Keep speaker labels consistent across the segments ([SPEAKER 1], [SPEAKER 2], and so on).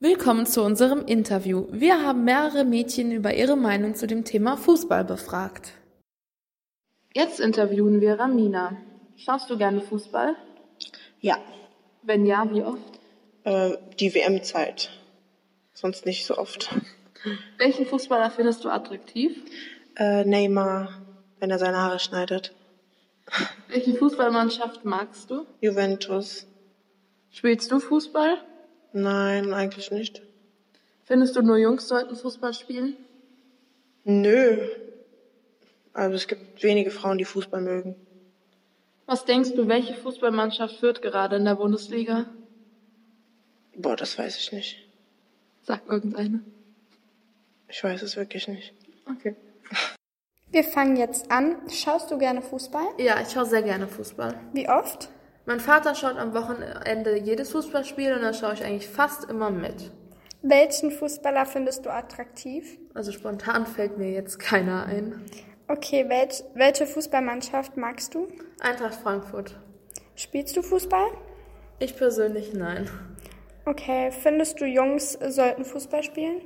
[SPEAKER 1] Willkommen zu unserem Interview. Wir haben mehrere Mädchen über ihre Meinung zu dem Thema Fußball befragt. Jetzt interviewen wir Ramina. Schaust du gerne Fußball?
[SPEAKER 2] Ja,
[SPEAKER 1] Wenn ja, wie oft?
[SPEAKER 2] äh, die WM-Zeit. Sonst nicht so oft.
[SPEAKER 1] Welchen Fußballer findest du attraktiv?
[SPEAKER 2] Äh, Neymar, wenn er seine Haare schneidet.
[SPEAKER 1] Welche Fußballmannschaft magst du?
[SPEAKER 2] Juventus.
[SPEAKER 1] Spielst du Fußball?
[SPEAKER 2] Nein, eigentlich nicht.
[SPEAKER 1] Findest du nur Jungs sollten Fußball spielen?
[SPEAKER 2] Nö. Also es gibt wenige Frauen, die Fußball mögen.
[SPEAKER 1] Was denkst du, welche Fußballmannschaft führt gerade in der Bundesliga?
[SPEAKER 2] Boah, das weiß ich nicht.
[SPEAKER 1] Sag irgendeine.
[SPEAKER 2] Ich weiß es wirklich nicht.
[SPEAKER 1] Okay.
[SPEAKER 3] Wir fangen jetzt an. Schaust du gerne Fußball?
[SPEAKER 1] Ja, ich schaue sehr gerne Fußball.
[SPEAKER 3] Wie oft?
[SPEAKER 1] Mein Vater schaut am Wochenende jedes Fußballspiel und da schaue ich eigentlich fast immer mit.
[SPEAKER 3] Welchen Fußballer findest du attraktiv?
[SPEAKER 1] Also spontan fällt mir jetzt keiner ein.
[SPEAKER 3] Okay, welch, welche Fußballmannschaft magst du?
[SPEAKER 1] Eintracht Frankfurt.
[SPEAKER 3] Spielst du Fußball?
[SPEAKER 1] Ich persönlich nein.
[SPEAKER 3] Okay, findest du Jungs sollten Fußball spielen?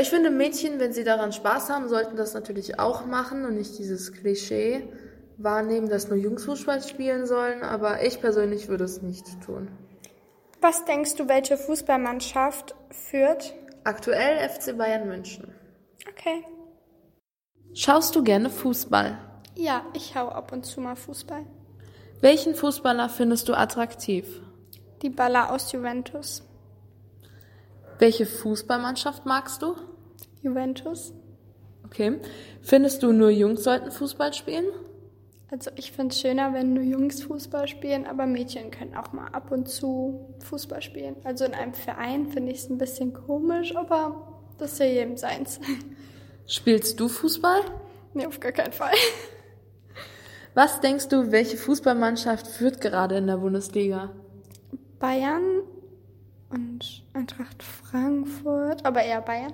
[SPEAKER 1] Ich finde, Mädchen, wenn sie daran Spaß haben, sollten das natürlich auch machen und nicht dieses Klischee wahrnehmen, dass nur Jungs Fußball spielen sollen. Aber ich persönlich würde es nicht tun.
[SPEAKER 3] Was denkst du, welche Fußballmannschaft führt?
[SPEAKER 1] Aktuell FC Bayern München.
[SPEAKER 3] Okay.
[SPEAKER 1] Schaust du gerne Fußball?
[SPEAKER 3] Ja, ich hau ab und zu mal Fußball.
[SPEAKER 1] Welchen Fußballer findest du attraktiv?
[SPEAKER 3] Die Baller aus Juventus.
[SPEAKER 1] Welche Fußballmannschaft magst du?
[SPEAKER 3] Juventus?
[SPEAKER 1] Okay. Findest du nur Jungs sollten Fußball spielen?
[SPEAKER 3] Also ich find's schöner, wenn nur Jungs Fußball spielen, aber Mädchen können auch mal ab und zu Fußball spielen. Also in einem Verein finde ich's ein bisschen komisch, aber das ist ja jedem seins.
[SPEAKER 1] Spielst du Fußball?
[SPEAKER 3] nee, auf gar keinen Fall.
[SPEAKER 1] Was denkst du, welche Fußballmannschaft führt gerade in der Bundesliga?
[SPEAKER 3] Bayern und Eintracht Frankfurt, aber eher Bayern.